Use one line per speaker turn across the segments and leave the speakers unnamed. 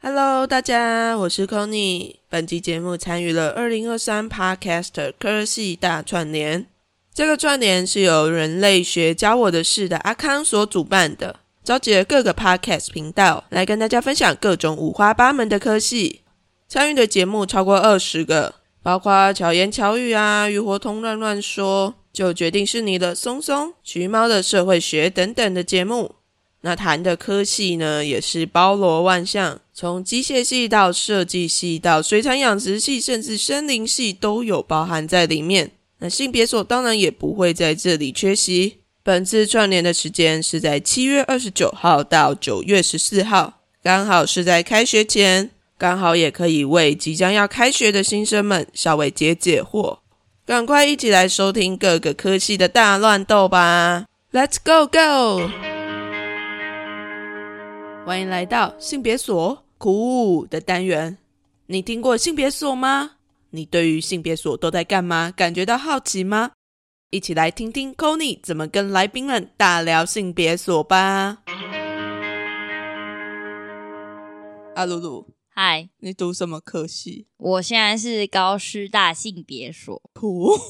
Hello，大家，我是 Conny。本集节目参与了2023 Podcaster 科系大串联，这个串联是由人类学教我的事的阿康所主办的，召集了各个 Podcast 频道来跟大家分享各种五花八门的科系。参与的节目超过二十个，包括巧言巧语啊、与活通乱乱说、就决定是你的松松、橘猫的社会学等等的节目。那谈的科系呢，也是包罗万象，从机械系到设计系到水产养殖系，甚至森林系都有包含在里面。那性别所当然也不会在这里缺席。本次串联的时间是在七月二十九号到九月十四号，刚好是在开学前，刚好也可以为即将要开学的新生们稍微解解惑。赶快一起来收听各个科系的大乱斗吧！Let's go go！欢迎来到性别所酷的单元。你听过性别所吗？你对于性别所都在干嘛感觉到好奇吗？一起来听听 c o n y 怎么跟来宾们大聊性别所吧。阿鲁鲁，啊
嗨，
你读什么科系？
我现在是高师大性别所，
酷。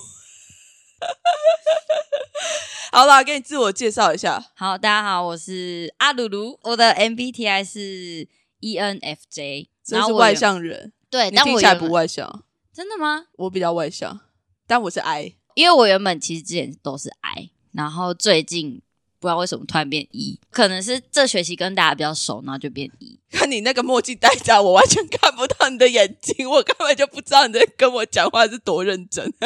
好啦，给你自我介绍一下。
好，大家好，我是阿鲁鲁，我的 MBTI 是 E ENFJ，
真是
然后我
外
原
向人，
对，
你
但
听
我
起来
原
不
本
外向，
真的吗？
我比较外向，但我是 I。
因为我原本其实之前都是 I，然后最近不知道为什么突然变 E，可能是这学期跟大家比较熟，然后就变 E。
看你那个墨镜戴起来，我完全看不到你的眼睛，我根本就不知道你在跟我讲话是多认真。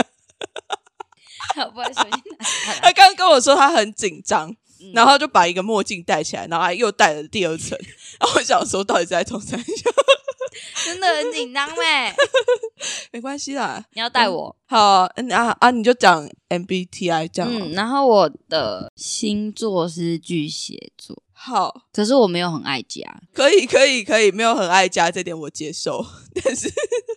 不好意思，我先拿下
他
来
刚刚跟我说他很紧张，
嗯
然后就把一个墨镜戴起来，然后还又戴了第二层。 然后我想说，到底是在冲三下？
真的很紧张哎，
没关系啦，
你要带我？
好，嗯啊啊，你就讲 MBTI 这样哦、
嗯，然后我的星座是巨蟹座，
好，
可是我没有很爱家，
可以，可以，可以，没有很爱家这点我接受。 但是，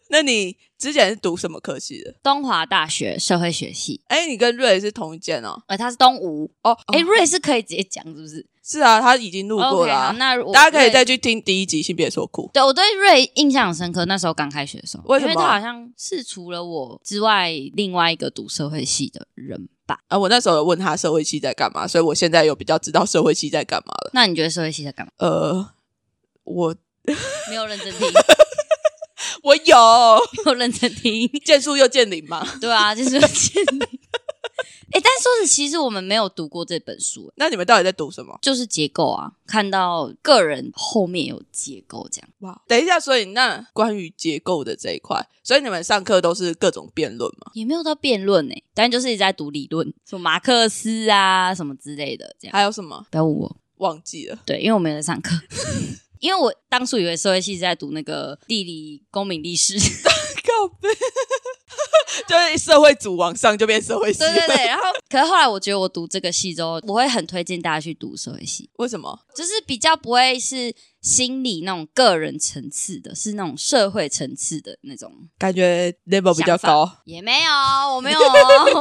那你之前是读什么科系的？
东华大学社会学系，
哎，你跟瑞是同一届哦。
呃，他是东吴。
哦，
哎、
哦
瑞是可以直接讲是不是？
是啊，他已经录过
OK，
了啊、
好，那我
大家可以
瑞
再去听第一集《性别所苦》。
对我对瑞印象很深刻，那时候刚开学的时候，
为什么
因为他好像是除了我之外另外一个读社会系的人吧？
啊，我那时候有问他社会系在干嘛，所以我现在有比较知道社会系在干嘛了。
那你觉得社会系在干嘛？
呃， 我
没有认真听，
我有
没有认真听，
见树又见林嘛。
对啊，就是 建立。哎、但说是其实我们没有读过这本书，
那你们到底在读什么？
就是结构啊，看到个人后面有结构这样。
哇，等一下，所以那关于结构的这一块，所以你们上课都是各种辩论嘛，
也没有到辩论诶，但就是一直在读理论，什么马克思啊，什么之类的，这样。
还有什么
不要问我，
忘记 了？
对，因为我没有在上课，因为我当初以为社会系是在读那个地理、公民 历史，
告别，就是社会组往上就变社会系了。
对对对。然后，可是后来我觉得我读这个系之后，我会很推荐大家去读社会系，
为什么？
就是比较不会是心理那种个人层次的，是那种社会层次的那种。
感觉 level 比较
想法
高，
也没有，我没有哦，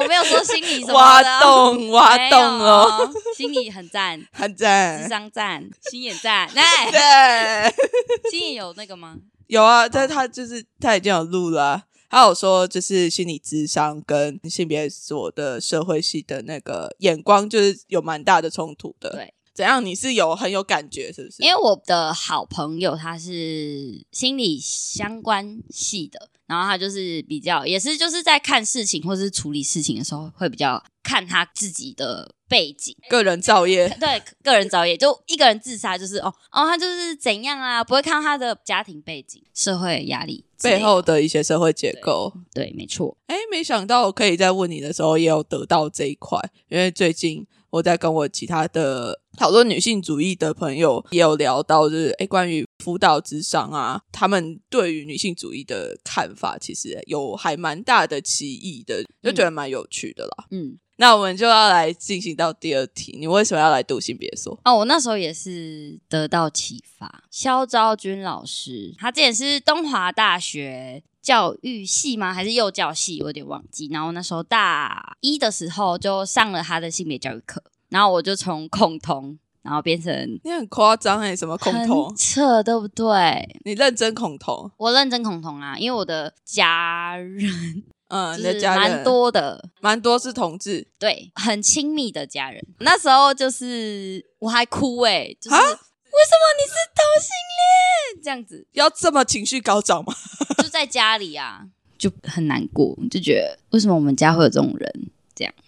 我没有说心理什么
挖
的，
洞挖
没有
洞哦，，
心理很赞。
很
智
赞。
商赞，心眼赞， 哎，
对。
心眼有那个吗？
有啊，
哦
但他就是他已经有录了啊、他有说就是心理智商跟性别所的社会系的那个眼光就是有蛮大的冲突的。
对，
怎样？你是有很有感觉是不是？
因为我的好朋友他是心理相关系的，然后他就是比较也是就是在看事情或是处理事情的时候会比较看他自己的背景。
个人造 业，
对个人造业，就一个人自杀，就是哦哦，他就是怎样啊，不会看他的家庭背景、社会压力之类的
背后的一些社会结构。
对，没错，
哎，没想到我可以在问你的时候也有得到这一块，因为最近我在跟我其他的讨论女性主义的朋友也有聊到，就是哎关于辅导之上啊，他们对于女性主义的看法其实有还蛮大的歧义的，就觉得蛮有趣的啦。
嗯，
那我们就要来进行到第二题，你为什么要来读性别说？
哦，我那时候也是得到启发。肖昭君老师，他之前是东华大学教育系吗？还是幼教系？我有点忘记。然后那时候大一的时候就上了他的性别教育课，然后我就从恐同然后变成
你很夸张哎，什么恐同
很？扯，对不对？
你认真恐同？
我认真恐同啊，因为我的家人
嗯，
就
你的
是
家人
蛮多的，
蛮多是同志，
对，很亲密的家人。那时候就是我还哭哎、就是
啊
为什么你是同性恋这样子，
要这么情绪高涨吗？
就在家里啊，就很难过，就觉得为什么我们家会有这种人，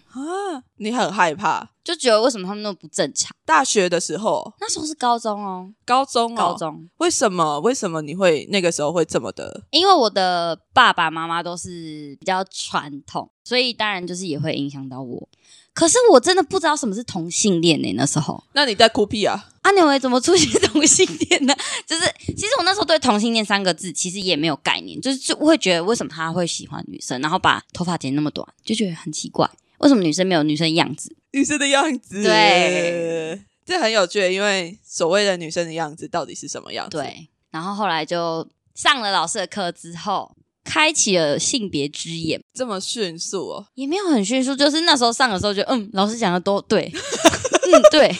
啊，你很害怕。
就觉得为什么他们那么不正常。
大学的时候，
那时候是高中哦，
高中、哦，
高，中，
为什么？为什么你会那个时候会这么的？
因为我的爸爸妈妈都是比较传统，所以当然就是也会影响到我。可是我真的不知道什么是同性恋欸呢、那时候。
那你在哭屁啊？
阿牛哎，怎么出现同性恋呢？ 就是其实我那时候对同性恋三个字其实也没有概念，就是就会觉得为什么他会喜欢女生，然后把头发剪那么短，就觉得很奇怪，为什么女生没有女生样子？
女生的样子，
对，
这很有趣，因为所谓的女生的样子到底是什么样子？，
对，然后后来就上了老师的课之后，开启了性别之眼，
这么迅速哦，
也没有很迅速，就是那时候上的时候就嗯，老师讲的都对， 嗯对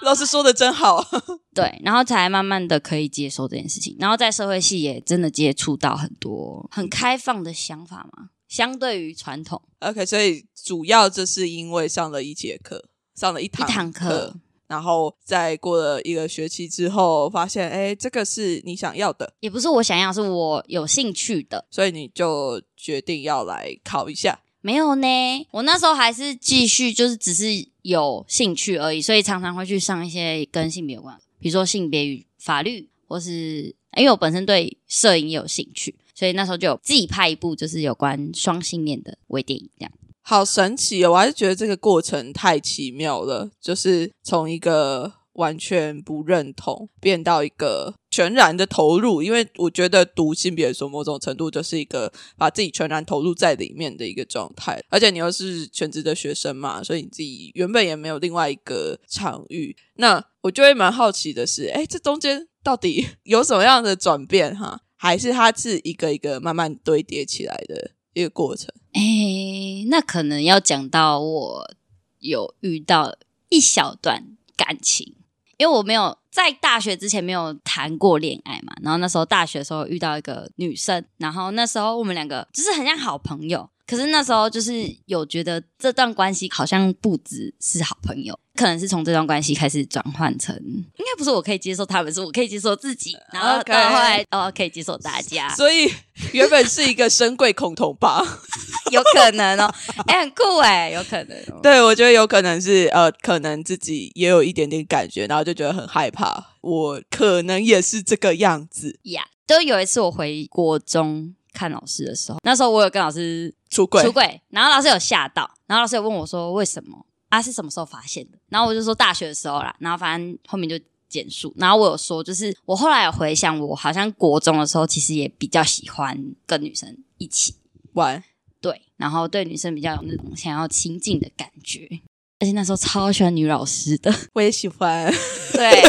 老师说的真好。
对，然后才慢慢的可以接受这件事情，然后在社会系也真的接触到很多很开放的想法嘛，相对于传统
OK，所以主要这是因为上了一节课，上了一
一
堂
堂课，
然后在过了一个学期之后，发现哎，这个是你想要的，
也不是我想要，是我有兴趣的。
所以你就决定要来考一下。
没有呢，我那时候还是继续，就是只是有兴趣而已，所以常常会去上一些跟性别有关，比如说性别与法律，或是因为我本身对摄影也有兴趣，所以那时候就有自己拍一部就是有关双性恋的微电影，这样
好神奇、哦！我还是觉得这个过程太奇妙了，就是从一个完全不认同变到一个全然的投入，因为我觉得读性别所某种程度就是一个把自己全然投入在里面的一个状态，而且你又是全职的学生嘛，所以你自己原本也没有另外一个场域，那我就会蛮好奇的是，哎，这中间到底有什么样的转变哈？还是它是一个一个慢慢堆叠起来的一个过程？
诶，哎那可能要讲到我有遇到一小段感情，因为我没有在大学之前没有谈过恋爱嘛。然后那时候大学的时候遇到一个女生，然后那时候我们两个就是很像好朋友，可是那时候就是有觉得这段关系好像不只是好朋友，可能是从这段关系开始转换成，应该不是我可以接受他们，是我可以接受自己，然后
OK
到后来哦可以接受大家，
所以 原本是一个深柜恐同吧？
有可能哦， 哎、很酷哎、有可能、哦。
对，我觉得有可能是呃，可能自己也有一点点感觉，然后就觉得很害怕。我可能也是这个样子，
呀就有一次我回国中看老师的时候，那时候我有跟老师
出轨，
出轨，然后老师有吓到，然后老师有问我说为什么啊？是什么时候发现的？然后我就说大学的时候啦，然后反正后面就简述。然后我有说，就是我后来有回想，我好像国中的时候其实也比较喜欢跟女生一起，
玩
对，然后对女生比较有那种想要亲近的感觉，而且那时候超喜欢女老师的，
我也喜欢，
对，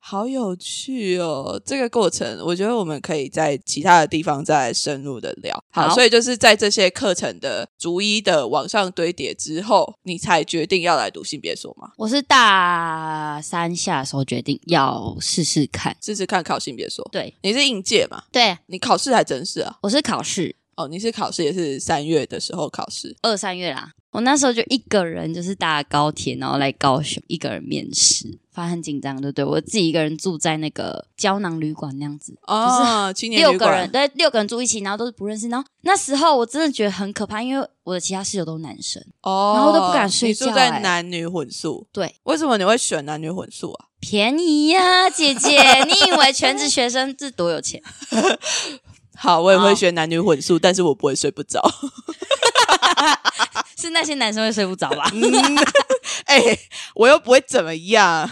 好有趣哦！这个过程，我觉得我们可以在其他的地方再深入的聊。好，
好
所以就是在这些课程的逐一的往上堆叠之后，你才决定要来读性别所嘛？
我是大三下的时候决定要试试看，
试试看考性别所，
对
你是应届嘛？
对，
你考试还真是啊。
我是考试
哦，你是考试也是三月的时候考试，
二三月啦，我那时候就一个人就是搭高铁，然后来高雄一个人面试，反正很紧张，对不对？我自己一个人住在那个胶囊旅馆那样子。
哦，青年
六
旅
个人
馆，
对六个人住一起，然后都是不认识。然后那时候我真的觉得很可怕，因为我的其他室友都是男生。
哦，
然后都不敢睡
你
觉
住在
哎
男女混宿，
对，
为什么你会选男女混宿啊？
便宜呀、姐姐，你以为全职学生是多有钱？
好，我也会
哦
选男女混宿，但是我不会睡不 着。
是那些男生会睡不着吧？
嗯，哎、我又不会怎么样，
哦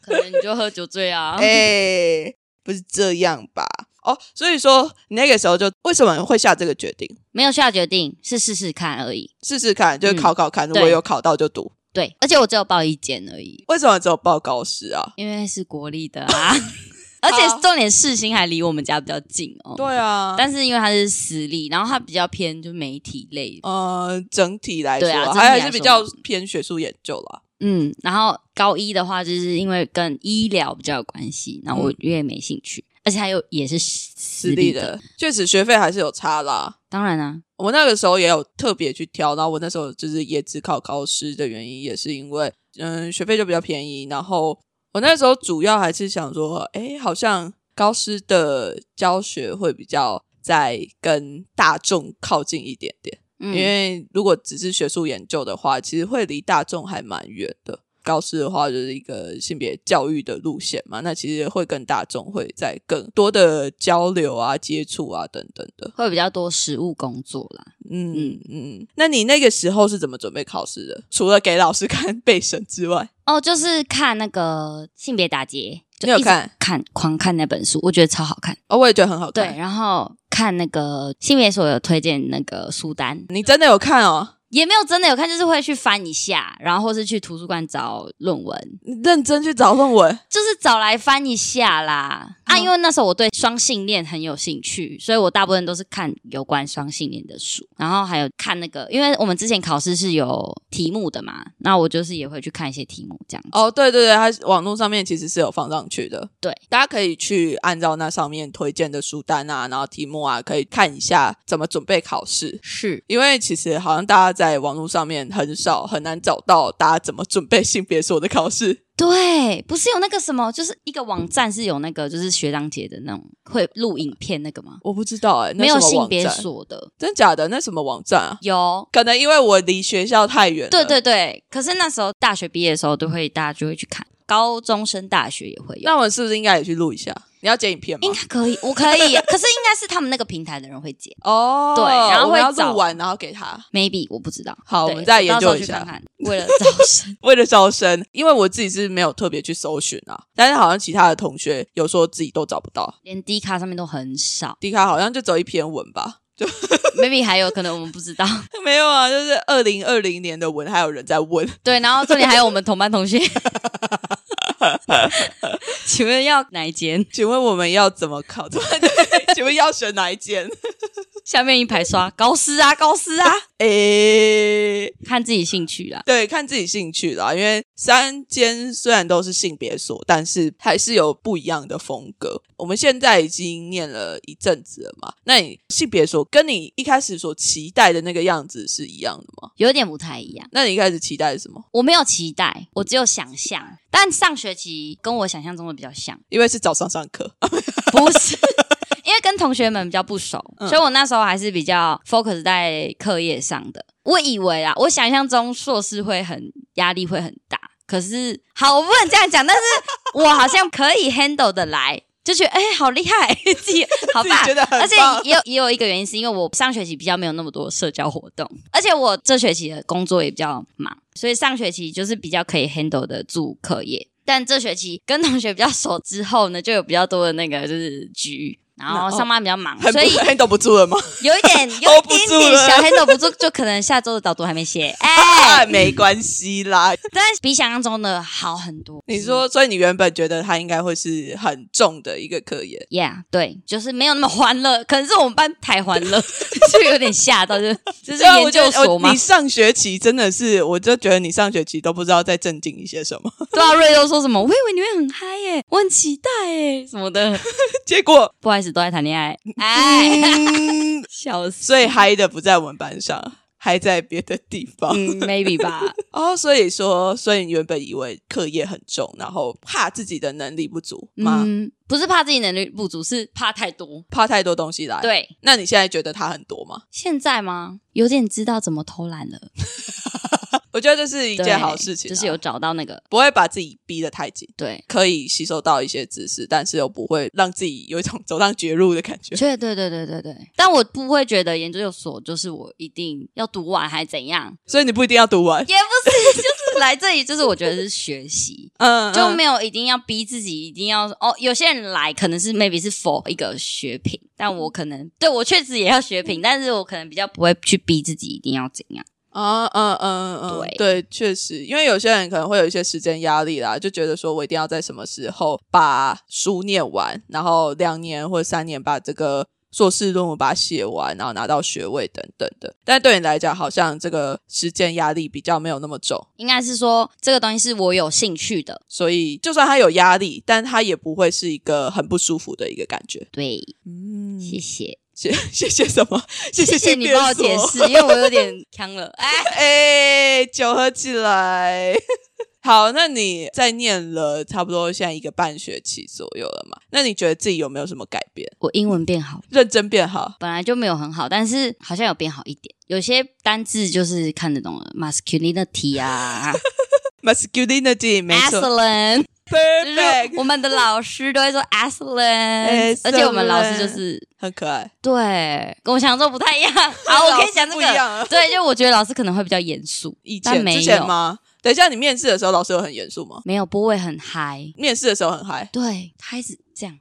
可能你就喝酒醉啊。
哎、不是这样吧？哦，所以说你那个时候就为什么会下这个决定？
没有下决定，是试试看而已。
试试看，就是考考看，如果
嗯对
有考到就读。
对，而且我只有报一间而已，
为什么只有报高师啊？
因为是国立的啊。 而且重点世新还离我们家比较近哦。、
对啊，
但是因为它是私立，然后它比较偏就媒体类。
呃，整体来说，
对啊整体
还还
来
是比
说
较偏学术研究啦。
嗯，然后高一的话，就是因为跟医疗比较有关系，然后我越没兴趣，而且还有也是私
嗯私
立
立
的，
的，确实学费还是有差啦。
当然啊，
我那个时候也有特别去挑，然后我那时候就是也只考高师的原因，也是因为嗯学费就比较便宜，然后我那时候主要还是想说，哎，好像高师的教学会比较在跟大众靠近一点点。
嗯，
因为如果只是学术研究的话，其实会离大众还蛮远的。高师的话就是一个性别教育的路线嘛，那其实会跟大众会在更多的交流啊、接触啊等等的。
会比较多实务工作啦。
嗯嗯，那你那个时候是怎么准备考试的？除了给老师看备审之外，
哦，就是看那个性别打劫，就
你有
一直
看
看狂看那本书，我觉得超好看。
哦，我也觉得很好
对，
看。
然后看那个性别所有推荐那个书单，
你真的有看哦？
也没有真的有看，就是会去翻一下，然后或是去图书馆找论文，
你认真去找论文，
就是找来翻一下啦。啊，
嗯
因为那时候我对双性恋很有兴趣，所以我大部分都是看有关双性恋的书，然后还有看那个，因为我们之前考试是有题目的嘛，那我就是也会去看一些题目这样子。
哦，对对对，它网络上面其实是有放上去的。
对，
大家可以去按照那上面推荐的书单啊，然后题目啊，可以看一下怎么准备考试。
是，
因为其实好像大家在网络上面很少很难找到大家怎么准备性别所的考试。
对，不是有那个什么，就是一个网站是有那个，就是学长姐的那种会录影片那个吗？
我不知道哎、那
没有
什么
性
网
别
站，
所的，
真假的？那什么网站啊？
有。
可能因为我离学校太远了，
对对对，可是那时候大学毕业的时候，都会大家就会去看，高中生大学也会有。
那我们是不是应该也去录一下？你要剪影片吗
应？该 可以，我可以，可是应该是他们那个平台的人会剪
哦，
对然后
我们
会
要
找
录完，然后给他。
，maybe 我不知道。
好
对
我们再研究
到时候去
一下
看看。为了 招生，
为了招生，因为我自己是没有特别去搜寻啊，但是好像其他的同学有说自己都找不到，
连 D 卡上面都很少
迪卡好像就只有一篇文吧。
，maybe 还有可能我们不知道。
没有啊，就是二零二零年的文还有人在问，
对，然后这里还有我们同班同学。请问要哪一间？
请问我们要怎么考？ 对请问要选哪一间？
下面一排刷高师啊，高师啊，
诶，
看自己兴趣啦。
对，看自己兴趣啦。因为三间虽然都是性别所，但是还是有不一样的风格。我们现在已经念了一阵子了嘛，那你性别所跟你一开始所期待的那个样子是一样的吗？
有点不太一样，
那你一开始期待是什么？
我没有期待，我只有想象。但上学期跟我想象中的比较像，
因为是早上上课，
不是， 因为跟同学们比较不熟，
嗯
所以我那时候还是比较 focus 在课业上的。我以为啦，我想象中硕士会很压力会很大，可是好，我不能这样讲，但是我好像可以 handle 的来。就觉得哎、好厉害， 自己好
自己
棒，
觉得很棒
而且也有也有一个原因，是因为我上学期比较没有那么多社交活动，而且我这学期的工作也比较忙，所以上学期就是比较可以 handle 得住课业。但这学期跟同学比较熟之后呢，就有比较多的那个就是局，然后上班比较忙，
哦很不
所以
handle 不住了吗？
有一 点有
hold
一
不
点
住
点
了
小 handle 不住，就可能下周的导读还没写，哎、嗯
啊， 没关系啦。
但是比想象中的好很多。
你说，所以你原本觉得它应该会是很重的一个科研，
Yeah，对，就是没有那么欢乐，可能是我们班太欢乐， 就有点吓到，就就是
对啊我
研
觉
究
得
所
我
嘛
你。上学期真的是，我就觉得你上学期都不知道在震惊一些什么，
对啊，瑞都说什么？我以为你会很嗨耶、我很期待耶、什么的。
结果
不好意思，都在谈 恋爱，哎，
嗯，
笑死。
最嗨的不在我们班上，还在别的地方。
嗯，maybe 吧。
哦，所以说，所以你原本以为课业很重，然后怕自己的能力不足吗？
嗯，不是怕自己能力不足，是怕太多。
怕太多东西来。，
对，
那你现在觉得它很多吗？
现在吗？有点知道怎么偷懒了，
我觉得这是一
一
件好事情啊、
就是有找到那个
不会把自己逼得太紧。
对，
可以吸收到一些知识，但是又不会让自己有一种走上绝路的感觉。
对对对对对对。但我不会觉得研究所就是我一定要读完还怎样，
所以你不一定要读完，
也不是，就是来这里就是我觉得是学习。
嗯，
就
嗯
没有一定要逼自己，一定要哦。有些人来可能是 maybe 是 for 一个学品，但
嗯
我可能对我确实也要学品，但是我可能比较不会去逼自己一定要怎样。
啊，嗯嗯嗯，对，确实，因为有些人可能会有一些时间压力啦，就觉得说我一定要在什么时候把书念完，然后两年或者三年把这个硕士论文把它写完，然后拿到学位等等的。但对你来讲，好像这个时间压力比较没有那么重，
应该是说这个东西是我有兴趣的，
所以就算他有压力，但他也不会是一个很不舒服的一个感觉。
对，
嗯，
谢谢，
谢谢谢什么？谢
谢
谢
你帮我解释，因为我有点呛了，哎，
哎，酒喝起来。 好，那你在念了差不多现在一个半学期左右了嘛？那你觉得自己有没有什么改变？
我英文变好，
认真变好，
本来就没有很好，但是好像有变好一点，有些单字就是看得懂了，masculinity 啊
masculinity 没错
，excellent，就是
，perfect，
我们的老师都会说 excellent，
Excellent
而且我们老师就是
很可爱。
对，跟我想象中不太一 样，好，我可以讲
老
这
师不一
个。
样啊。
对，就我觉得老师可能会比较严肃，
以
但
前
没
之前
有
吗？等一下，你面试的时候老师有很严肃吗？
没有波位很嗨，
面试的时候很嗨，
对他一直 这样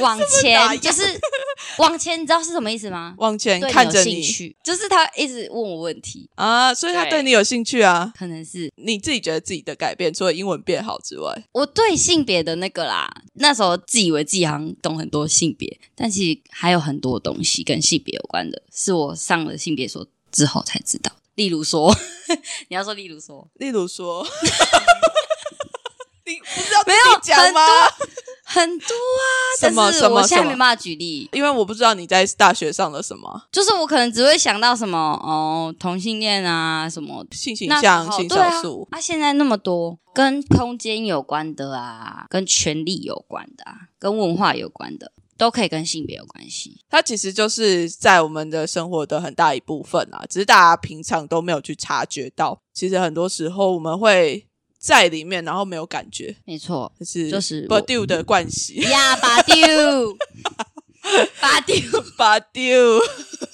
往
打
前，
样
就是往前，你知道是什么意思吗？
往前
对你
看
有
着
兴
你
趣，就是他一直问我问题，
啊，所以他
对
对你有兴趣啊。
可能是
你自己觉得自己的改变，除了英文变好之外，
我对性别的那个啦，那时候自以为自己好像懂很多性别，但其实还有很多东西跟性别有关的，是我上了性别所之后才知道。例如说， 你要说例 如说，
例如 说，你不知道
没有
自己讲吗？
很多啊，
什
但
么
是
什
我
么
现
什
在没
么？
办法举例，
因为我不知道你在大学上了什么
就是我可能只会想到什么哦，同性恋啊，什么
性倾
那
向、
时候
性
对
少数，
啊。啊，现在那么多跟空间有关的啊，跟权力有关的啊，跟文化有关的，都可以跟性别有关系。
它其实就是在我们的生活的很大一部分啊，只是大家平常都没有去察觉到。其实很多时候我们会在里面，然后没有感觉，
没错，
就是
就是我
b 丢的惯习
呀，巴丢， 巴丢，
b 丢。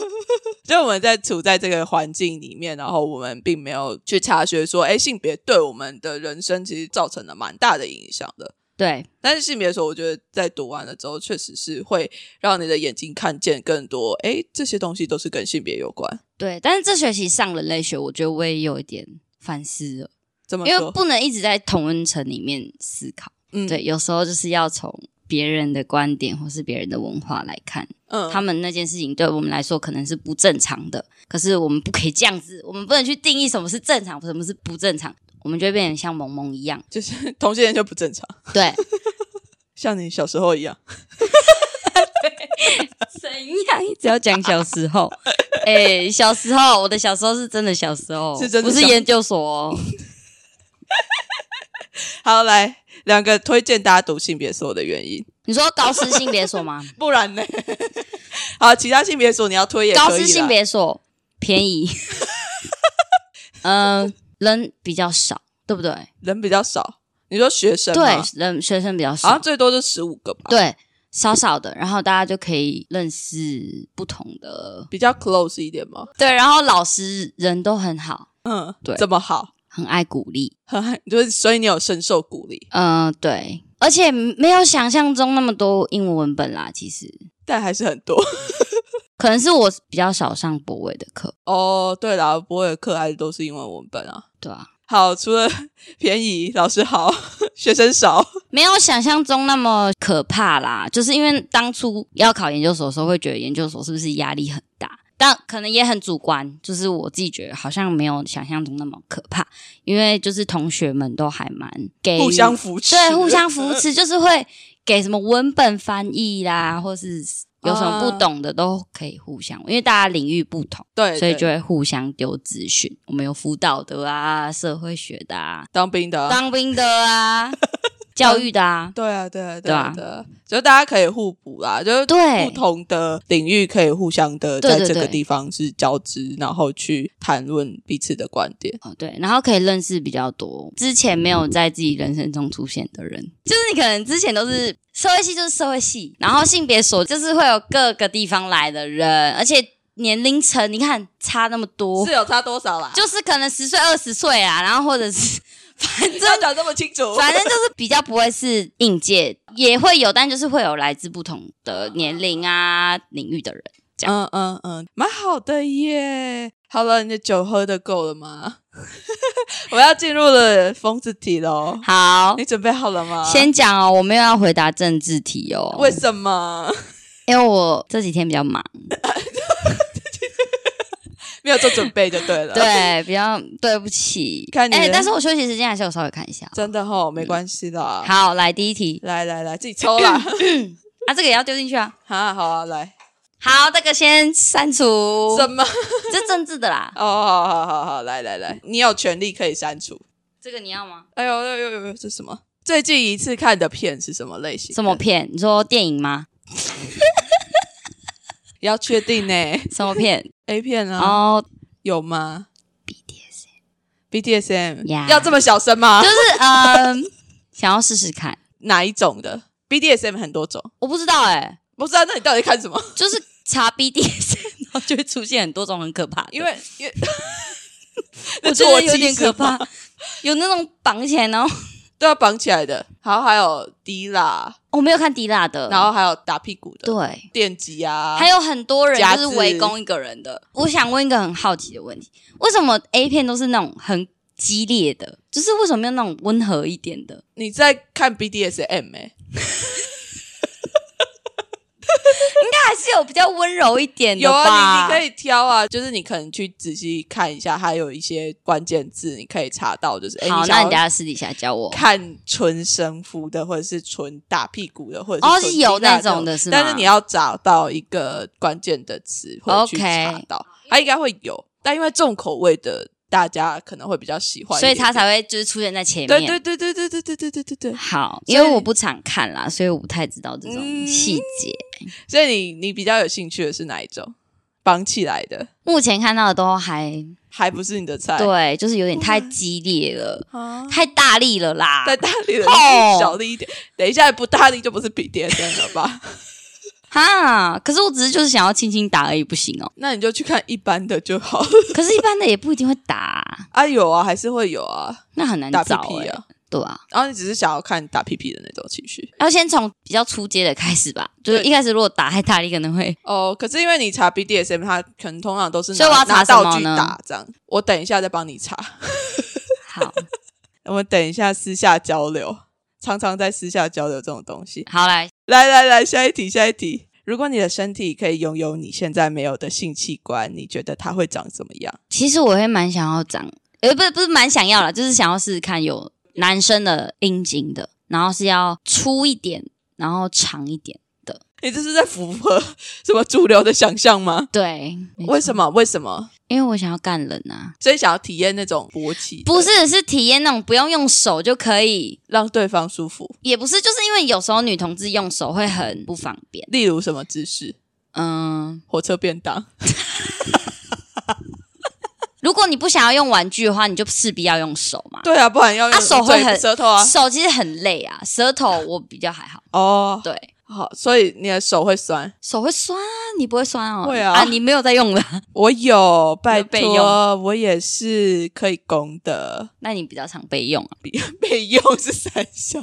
就我们在处在这个环境里面，然后我们并没有去察觉说，哎，性别对我们的人生其实造成了蛮大的影响的。
对，
但是性别的时候，我觉得在读完了之后，确实是会让你的眼睛看见更多，哎，这些东西都是跟性别有关。
对。但是这学期上人类学，我觉得我也有一点反思了，
怎么
因为
说？
不能一直在同温层里面思考。
嗯，
对，有时候就是要从别人的观点或是别人的文化来看，
嗯，
他们那件事情对我们来说可能是不正常的，可是我们不可以这样子，我们不能去定义什么是正常，什么是不正常，我们就会变成像萌萌一样。
就是同性恋就不正常，
对，
像你小时候一样。
怎样？只要讲小时 候，哎、小时候，我的小时候是真的小时候，
是真的
不是
小
研究所、哦。
好，来两个推荐大家读性别所的原因，
你说高师性别所吗？
不然呢？好，其他性别所你要 推也可以啦
高师性别所便 宜，嗯、人比较少，对不对？
人比较少，你说学生
对
吗？，哦
人学生比较
好
少
像，最多就十五个吧，，
对，少少的，然后大家就可以认识不同的，
比较 close 一点嘛。
对，然后老师人都很好，
嗯，
对
怎么好？
很爱鼓励，
很就是，所以你有深受鼓励，
嗯、对，而且没有想象中那么多英文文本啦，其实。
但还是很多。
可能是我比较少上博伟的课，
哦，对啦，博尔课还是都是英文文本啊。
对啊，
好，除了便宜，老师好， 学生少，
没有想象中那么可怕啦。就是因为当初要考研究所的时候，会觉得研究所是不是压力很大？但可能也很主观，就是我自己觉得好像没有想象中那么可怕，因为就是同学们都还蛮给予
互相扶持，
对互相扶持，就是会给什么文本翻译啦，或是有什么不懂的都可以互相，因为大家领域不同，
对，
所以
对
就会互相丢资讯。我们有辅导的啊，社会学的啊，
当兵的啊、
当兵的啊，教育的啊，
对啊，对啊，
对
对
啊
啊，对啊，就大家可以互补啦，就是
对
不同的领域可以互相的
对
在
对
这个
对
地方是交织，然后去谈论彼此的观点。
哦对，然后可以认识比较多之前没有在自己人生中出现的人，就是你可能之前都是社会系就是社会系，然后性别所就是会有各个地方来的人，而且年龄层你看差那么多
是，啊有差多少啦？
就是可能十岁二十岁啊，然后或者是反正
要讲这么清楚，
反正就是比较不会是应届，也会有，但就是会有来自不同的年龄啊领域的人。这
嗯嗯嗯，蛮好的耶。好了，你的酒喝的够了吗？ 我要进入了疯子题喽，
好
哦你，准备好了吗？
先讲哦，我没有要回答政治题哦。
为什么？
因为我这几天比较忙，
没有做准备就对了。，啊
对，比较对不起。
看你
哎、
的
但是我休息时间还是有稍微看一下。
真的吼，没关系的啊。
好，来第一题
来来来，自己抽 啦。
啊，这个也要丢进去啊。
啊，好啊，来，
好，这个先删除，
什么？
这政治的 啦。
哦，好好好好，来来来，你有权利可以删除。
这个你要吗？
哎呦呦呦呦呦，这什么？最近一次看的片是什么类型？
什么？片？你说电影吗？
要确定呢、
什 么片？
a 片啊，
哦，
有吗？BDSM，BDSM，、
呀
要这么小声吗？
就是嗯，想要试试看。
哪一种的？BDSM 很多种，
我不知道哎、
不知道、那你到底看什 么？
就是查 BDSM，然后 就会出现很多种很可怕的，
因为 因为
我
那
觉得
错
有
记
点
是
可
吗
怕，有那种绑起来，然后
都要绑起来的。好，还有滴啦，
哦我没有看迪拉的，
然后还有打屁股的，
呃对，
电击啊，
还有很多人
夹
就
子
是围攻一个人的。我想问一个很好奇的问题：为什么 A 片都是那种很激烈的？就是为什么没有那种温和一点的？
你在看 BDSM 哎、
那还是有比较温柔一点的
有啊，
吧？
你你可以挑啊，就是你可能去仔细看一下，还有一些关键字你可以查到，就是哎，
好，
你
那
想
你等
要
下私底下教我。
看纯神父的，或者是纯打屁股的，或者
哦，
纯
是有
滴蜡
那种的，是吗？
但是你要找到一个关键的词或去
OK
查到，它应该会有，但因为重口味的大家可能会比较喜欢一
所以
点点，
他才会就是出现在前面。
对对对对对对对对对对对，
好，
所以
因为我不常看啦，所以我不太知道这种细节。
嗯所以你你比较有兴趣的是哪一种？绑起来的，
目前看到的都还
还不是你的菜？
对，就是有点太激烈了，
啊，
太大力了啦。
再大力的
哦
小力一 点，等一下不大力就不是 BDSM 了吧？
哈，可是我只是就是想要轻轻打而已，不行哦。
那你就去看一般的就好了。
可是，一般的也不一定会打啊，
啊，有啊，还是会有啊，
那很难
打屁
找哎、
屁啊。
对啊，
然后你只是想要看打屁屁的那种情绪
要先从比较初阶的开始吧。就是
对
一开始如果打太大力，可能会
哦。可是因为你查 BDSM，它可能通常都是拿
所以我要查
拿
什么
道具
呢
打这样。我等一下再帮你查，
好
我们等一下私下交流，常常在私下交流这种东西。
好来
来来来，下一题，下一题。如果你的身体可以拥有你现在没有的性器官，你觉得它会长怎么样？
其实我会蛮想要长，呃，不是不是蛮想要啦，就是想要试试看有男生的阴茎的，然后是要粗一点，然后长一点的。
你这是在符合什么主流的想象吗？
对，没错
为什？么？为什么？
因为我想要干人啊，
所以想要体验那种勃起，
不是是体验那种不用用手就可以，
让对方舒服？
也不是就是因为有时候女同志用手会很不方便。
例如什么姿势？
嗯，
火车便当？
如果你不想要用玩具的话，你就势必要用手嘛。
对啊，不然要用
啊手会很
嘴舌头啊。
手其实很累啊，舌头我比 较还好，
哦，
对，
好，所以你的手会酸。
手会酸，你不会酸哦？
会啊
你没有在用的，
我有，拜
备用
托，我也是可以攻的。
那你比较常被用啊。
备用是三小，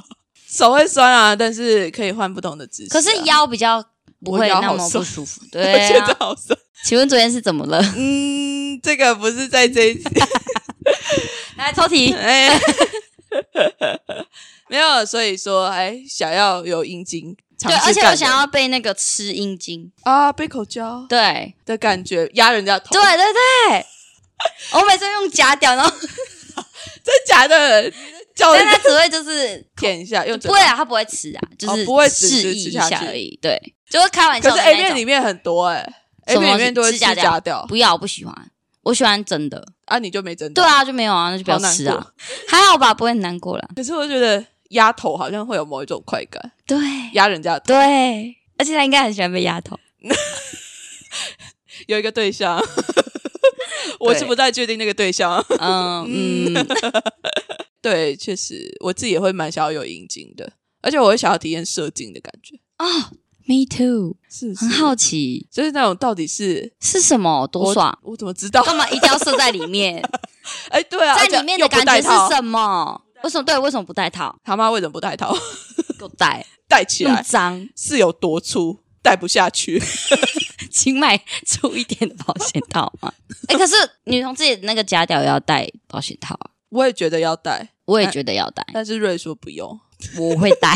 手会酸啊，但是可以换不同的姿势、啊
可是，腰比较不会那么不舒服，
我
对
觉 得
啊。
好酸。
请问昨天是怎么了？
嗯，这个不是在这一 集。
来抽题，
哎， 没有，所以说，哎，想要有阴茎，尝
对，
试
而且
干
我
的
想要被那个吃阴茎，
啊，被口交
对，
的感觉，压人家头，
对对 对，我每次用夹屌，然后
真假的，叫人家
但它只会就是
舔一下，用嘴
不会
巴。
啊，它不会吃啊，就
哦
是
不会只
示
是
意
吃
一
下去
下而已，对，就会开玩
可
笑的
是 A
那
片里
种。
面很多哎，A
什么
片里面都会
指
吃
甲掉
假掉
不要，我不喜欢，我喜欢真的。
啊，你就没真的。
对，啊，就没有啊，那就不要
好难
吃啊
过，
还好吧，不会很难过啦。
可是我觉得压头好像会有某一种快感，
对
压人家的头
对，而且他应该很喜欢被压头。
有一个对象， 我是
对
不太确定那个对象。
嗯嗯，
对，确实我自己也会蛮想要有阴茎的，而且我会想要体验射精的感觉，
哦，Me too，
是不是
很好奇
就是那种到底是
是什么多爽，
我怎么知道？
干嘛一定要射在里面？
哎，对啊，
在
而且
里面
又
的
不
感
戴
觉是
套，
什么？为什么对？为什么不戴套？
他妈为什么不戴套？
给我戴，
戴起
那么
来
脏，
是有多粗？戴不下去，
请买粗一点的保险套嘛。 哎、可是女同志那个假屌也要戴保险套啊，
我也觉得要戴，
我也觉得要戴，
但是瑞说不用。
我会戴。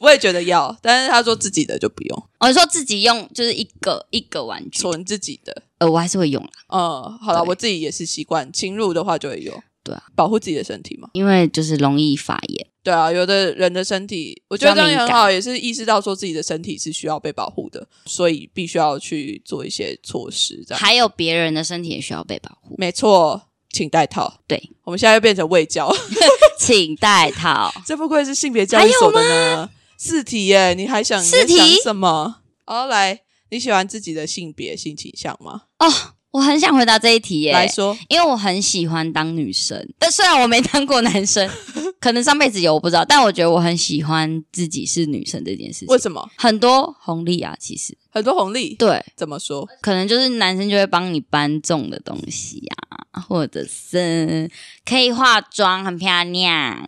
我也觉得要，但是他说自己的就不用，
我、哦、你说自己用就是一个一个玩具，
纯自己的。
呃，我还是会用啦，
嗯，好了，
对
我自己也是习惯侵入的话就会有，
对啊，
保护自己的身体嘛。
因为就是容易发炎。
对啊，有的人的身体，我觉得这
比较
样也很
敏
好，
感
也是意识到说自己的身体是需要被保护的，所以必须要去做一些措施。这样
还有别人的身体也需要被保护，
没错，请戴套。
对，
我们现在又变成卫教，
请戴套。
这不愧是性别教育所的呢。四题耶，你还想
四
你在想
题
什么？好，来，你喜欢自己的性别性倾向吗？
我很想回答这一题耶、
来说，
因为我很喜欢当女生，但虽然我没当过 男生，可能上辈子有我不知道，但我觉得我很喜欢自己是女生这件事情
为。什么
很多红利啊，其实
很多红利？
对，
怎么说？
可能就是男生就会帮你搬重的东西啊，或者是可以化妆很漂亮，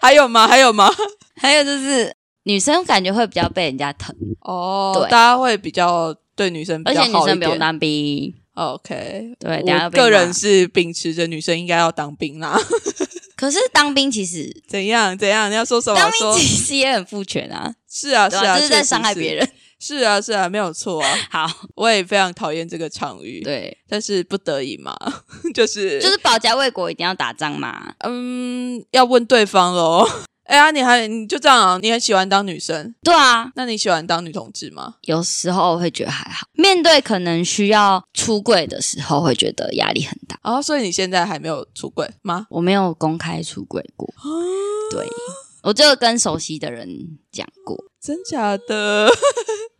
还有吗？还有 吗？
还有就是女生感觉会比较被人家疼，
哦，
对
大家会比较对女生比
而
较
且女
好一
生不
点。
用当兵，
OK，
对等下
我
要被骂
个人是秉持着女生应该要当兵啦。
可是当兵其实
怎样？怎样？你要说什么
当？兵
哦说
其实也很父权啊，
是 啊，是
对吧、
啊，
就是在伤害
确实
别人。
是。是啊，是啊，没有错 啊。
好，
我也非常讨厌这个场域，
对，
但是不得已嘛， 就是
就是保家卫国一定要打仗嘛，
嗯，要问对方喽。 哎呀，你还你就这样、啊，你很喜欢当女生，
对啊，
那你喜欢当女同志吗？
有时候会觉得还好，面对可能需要出柜的时候，会觉得压力很大。
哦，所以你现在还没有出轨吗？
我没有公开出柜过，
啊
对我只有跟熟悉的人讲过。
真假的？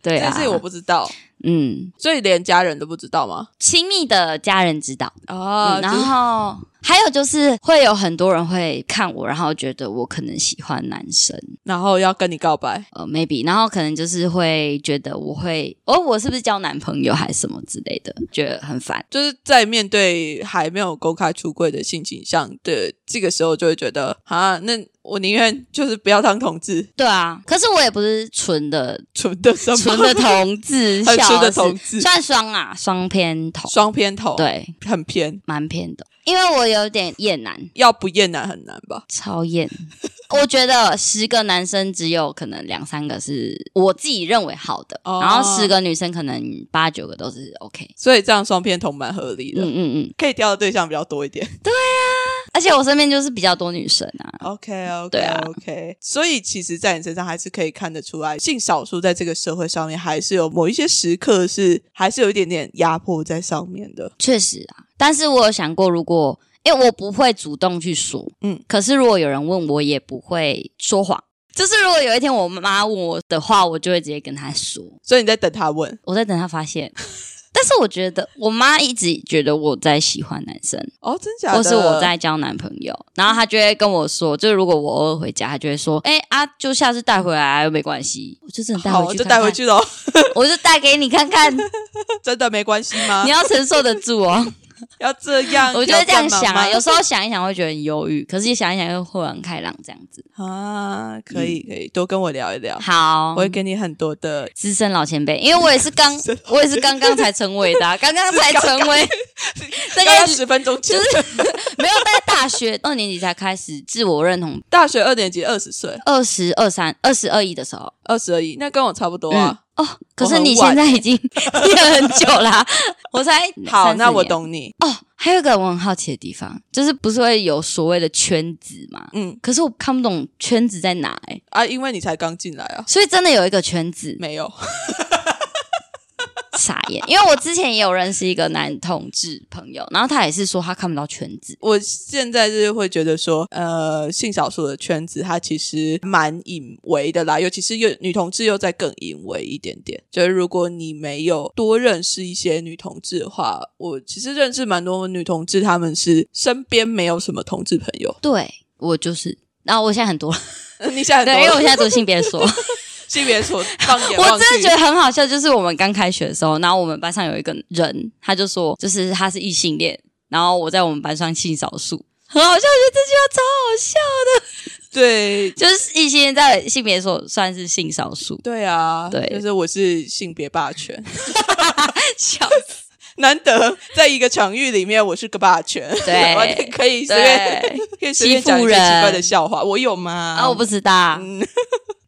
对
但
啊，
是我不知道，
嗯，
所以连家人都不知道吗？
亲密的家人知道，
哦，
嗯
就
然
是
后还有就是会有很多人会看我，然后觉得我可能喜欢男生，
然后要跟你告白，
呃，maybe，然后可能就是会觉得我会，哦，我是不是交男朋友还是什么之类的，觉得很烦。
就是在面对还没有公开出柜的性倾向的这个时候，就会觉得啊，那我宁愿就是不要当同志，
对啊，可是我也不是 纯的
纯的什么
纯的同志，
哦 很
笑
纯的
死
同志
算双啊，双偏同，
双偏头，，
对，
很偏，
蛮偏的，因为我有点厌男，
要不厌男很难吧？
超 厌。我觉得十个男生只有可能两三个是我自己认为好的，
哦
然后十个女生可能八九个都是 OK。
所以这样双偏头蛮合理
嗯
的，
嗯嗯，
可以挑的对象比较多一点。
而且我身边就是比较多女生啊，
OK OK
对啊
OK，、所以其实，在你身上还是可以看得出来，性少数在这个社会上面还是有某一些时刻是还是有一点点压迫在上面的。
确实啊。但是我有想过，如果因为我不会主动去说，
嗯
嗯，可是如果有人问我，也不会说谎。就是如果有一天我妈问我的话，我就会直接跟她说。
所以你在等他问
我在等他发现。 但是我觉得我妈一直觉得我在喜欢男生，
哦，真假的？
或是我在交男朋友，然后她就会跟我说，就是如果我偶尔回家，她就会说：“哎、啊，就下次带回来又没关系。”我就真的带
好，
回去
就
看看，
带回，去喽。
我就带给你看看，
真的没关系吗
你？要承受得住 哦。
要这样，
我就会这样想啊，
啊，
有时候想一想会觉得很忧郁，可是想一想又豁然开朗，这样子。
啊，可以
嗯
可以，多跟我聊一聊，
好
我，会给你很多的。
资深老前辈，因为我也是刚
资深老，前辈
我也是刚刚才成为的啊、刚刚才成为，大
大
概
概十分钟前，
没有在大学二年级才开始自我认同，
大学二年级二十岁，
二十二三、二十二一的时候。
二十而已，那跟我差不多啊。
哦，可是你现在已经 记了很久啦、我才
好，
34
那我
嗯年。哦
懂你。
还有一个我很好奇的地方，就是不是会有所谓的圈子嘛？
嗯
可是我看不懂圈子在哪哎、
啊，因为你才刚进来啊，
所以真的有一个圈子，
没有。
傻眼。因为我之前也有认识一个男同志朋友，然后他也是说他看不到圈子，
我现在就是会觉得说，呃，性少数的圈子它其实蛮隐微的啦，尤其是又女同志又再更隐微一点点。就是如果你没有多认识一些女同志的话，我其实认识蛮多女同志，她们是身边没有什么同志朋友。
对我就是。然后我现在很多了，
你现在
对，因
很
为
多
我现在读性别说，
性别所放眼
我
望去，
真的觉得很好笑，就是我们刚开学的时候，然后我们班上有一个人，他就说，就是他是异性恋，然后我在我们班上性少数，很好笑，我觉
对
得这句话超好笑，就是异性恋在性别所算是性少数，
对啊，
对
就是我是性别霸权。
笑死，
难得在一个场域里面，我是个霸权，
对
我还可以随便
对
可以随便讲一些
欺负人
奇怪的笑话，我有吗？
啊，我不知道，
嗯，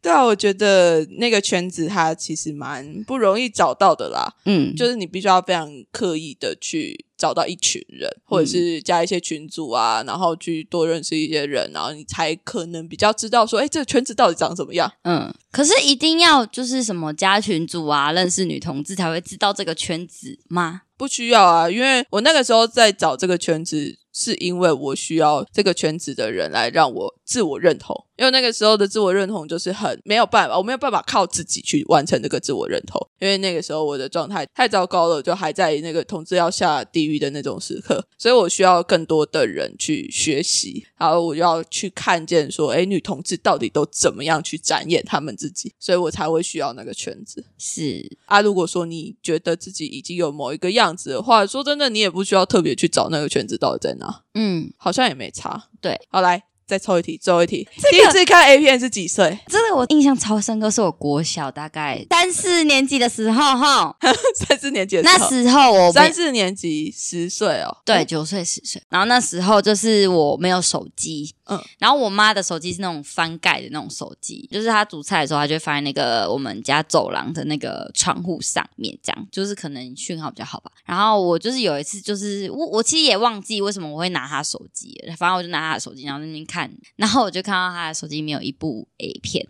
对啊，我觉得那个圈子它其实蛮不容易找到的啦，
嗯，
就是你必须要非常刻意的去找到一群人，或者是加一些群组
嗯
啊，然后去多认识一些人，然后你才可能比较知道说，哎，这个圈子到底长怎么样？
嗯，可是一定要就是什么加群组啊，认识女同志才会知道这个圈子吗？
不需要啊，因为我那个时候在找这个圈子，是因为我需要这个圈子的人来让我自我认同，因为那个时候的自我认同就是很没有办法，我没有办法靠自己去完成这个自我认同，因为那个时候我的状态太糟糕了，就还在那个同志要下地狱的那种时刻，所以我需要更多的人去学习，然后我就要去看见说，哎，女同志到底都怎么样去展演她们自己，所以我才会需要那个圈子。
是，
啊，如果说你觉得自己已经有某一个样子的话，说真的，你也不需要特别去找那个圈子到底在哪，
嗯，
好像也没差。
对，
好来再抽一题，最后一题，第一次看 A 片是几岁？
这个我印象超深刻，是我国小大概三四年级的时候， 哈，
三四年级的时
那
候，
时候我
三
没
四年级十岁哦，
对九岁十岁，然后那时候就是我没有手机，
嗯
嗯，然后我妈的手机是那种翻盖的那种手机，就是她煮菜的时候，她就会放在那个我们家走廊的那个窗户上面，这样就是可能讯号比较好吧。然后我就是有一次，就是我我其实也忘记为什么我会拿她手机了，反正我就拿她的手机，然后在那边看，然后我就看到她的手机里面有一部 A 片，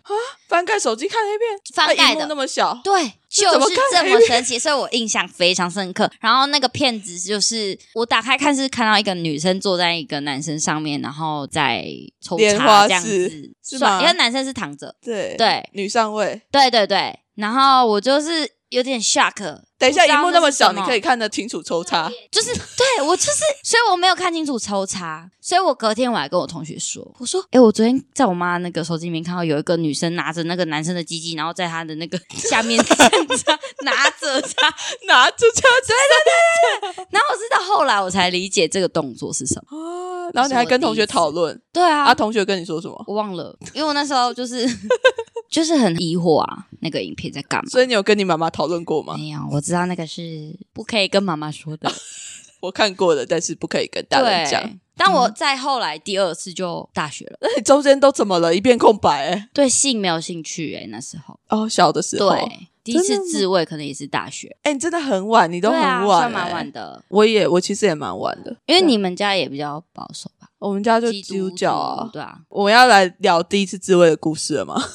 翻盖手机看 A 片，
翻
啊
盖
荧哎幕那
的。
么小，
对，
这
就
怎么
是
看
这
的
么神奇，所以我印象非常深刻。然后那个片子就是我打开看是看到一个女生坐在一个男生上面，然后在抽
莲
插
花
这样
式
子，
是
算
吗
因为男生是躺着，
对，
对
女上位。
对对对。然后我就是有点 shock。
等一下，
不知
荧
道
幕那么
是
小，
什
你可以看得清楚抽插。
就是对我就是，所以我没有看清楚抽查，所以我隔天我还跟我同学说，我说，诶，我昨天在我妈那个手机里面看到有一个女生拿着那个男生的鸡鸡，然后在她的那 个下面这样子拿着 她，
拿着插
然后我是到后来我才理解这个动作是什么。
啊，然后你还跟同学讨论
对啊，
啊？同学跟你说什么？
我忘了，因为我那时候就是 就是很疑惑啊，那个影片在干嘛？
所以你有跟你妈妈讨论过吗？
没有，我知道那个是啊不可以跟妈妈说 的，
我看过了，但是不可以跟大人讲。
对。但我在后来第二次就大学了，
那 你中间都怎么了？一片空白、欸。
对性没有兴趣欸诶、那时候
哦，小的时候，哎、
对。第一
真
次
的吗
自慰可能也是大学，
你真的很晚，你都
对
很
啊，
晚、欸，
算蛮晚。的，
我也，我其实也蛮晚的，
因为
对
你们家也比较保守吧，
我们家就
基
基督
督
教啊
徒。对啊，
我们要来聊第一次自慰的故事了吗？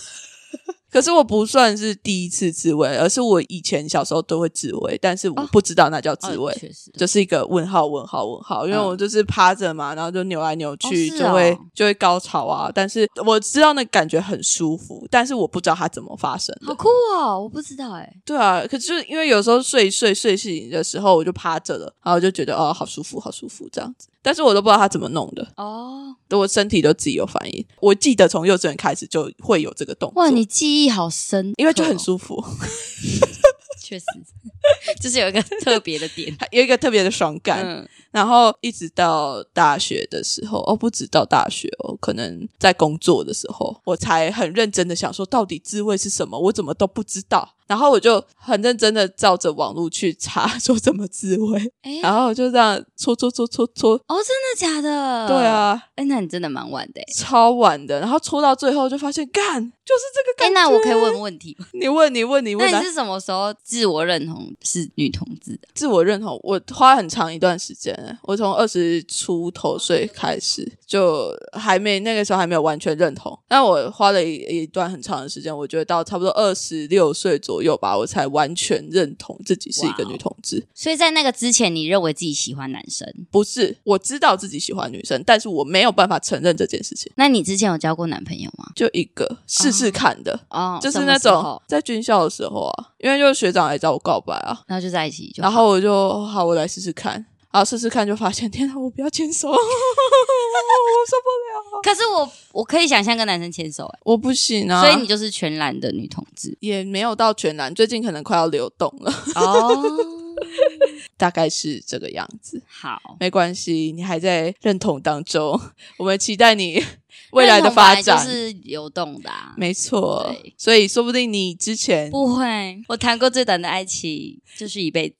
可是我不算是第一次自慰，而是我以前小时候都会自慰，但是我不知道那叫自慰
哦，确实，
就是一个问号问号问号，因为
嗯
我就是趴着嘛，然后就扭来扭去，
哦是
就会
哦
就会高潮啊。但是我知道那感觉很舒服，但是我不知道它怎么发生
好
的。
酷哦，我不知道诶，
对啊，可是因为有时候睡一睡睡醒的时候，我就趴着了，然后就觉得哦，好舒服，好舒服这样子。但是我都不知道它怎么弄的，
哦，
我身体都自己有反应。我记得从幼稚园开始就会有这个动作，
哇，你记忆好深刻哦，
因为就很舒服，
确实，就 是有一个特别的点。
有一个特别的爽感。
嗯，
然后一直到大学的时候，哦，不止到大学哦，可能在工作的时候，我才很认真的想说，到底自慰是什么？我怎么都不知道。然后我就很认真的照着网络去查，说怎么自慰，
哎、
然后就这样搓搓搓搓搓，
哦，真的假的？
对，啊，
哎、那你真的蛮晚的、欸。
超晚的。然后搓到最后就发现，干，就是这个
哎、
感觉。
那我可以问问题吗？
你问，你问，你问，
那
来
你是什么时候自我认同是女同志的？
自我认同，我花很长一段时间欸，我从二十出头岁开始就还没那个时候还没有完全认同，但我花了一一段很长的时间，我觉得到差不多二十六岁左右吧，我才完全认同自己是一个
哇哦
女同志。
所以在那个之前，你认为自己喜欢男生？
不是，我知道自己喜欢女生，但是我没有办法承认这件事情。
那你之前有交过男朋友吗？
就一个试试看的，
哦，
就是
什么
那
时
种
候，
在军校的时候啊，因为就是学长来找我告白啊，
然后就在一起就好，
然后我就哦好，我来试试看。然后试试看，就发现 天哪，我不要牵手，我受不了，
可是我我可以想象跟男生牵手、欸，
我不行啊！
所以你就是全然的女同志
也没有到全然，最近可能快要流动了，
哦。
大概是这个样子。
好，
没关系，你还在认同当中，我们期待你未来的
认同本
发
来
展。嗯
就是流动的、啊，
没错
对，
所以说不定你之前
不会，我谈过最短的爱情就是一辈子。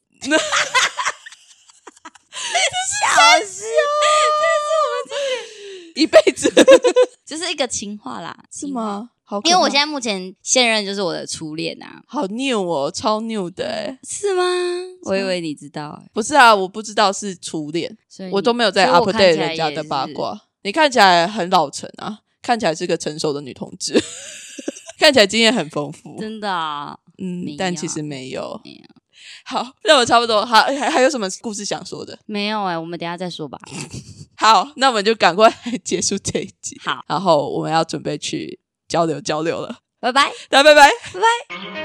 好笑，这是我们一辈 子
就是一个情话啦，
是
情话？
吗？好可怕，
因为我现在目前现任就是我的初恋啊，
好 new 哦，超 new 的哎，
是吗？我以为你知道、欸，
不是啊，我不知道是初恋，
所以你
我都没有在
所以我看
update
起来
人家
也
的八
是
卦。你看起来很老成啊，看起来是个成熟的女同志， 看起来经验很丰富，
真的啊，没
嗯
有，
但其实没有
没有。
好，那我差不多，好，还还有什么故事想说的？
没有哎、我们等一下再说吧。
好，那我们就赶快结束这一集，
好，
然后我们要准备去交流交流了，
拜拜。
大家拜拜。
拜拜。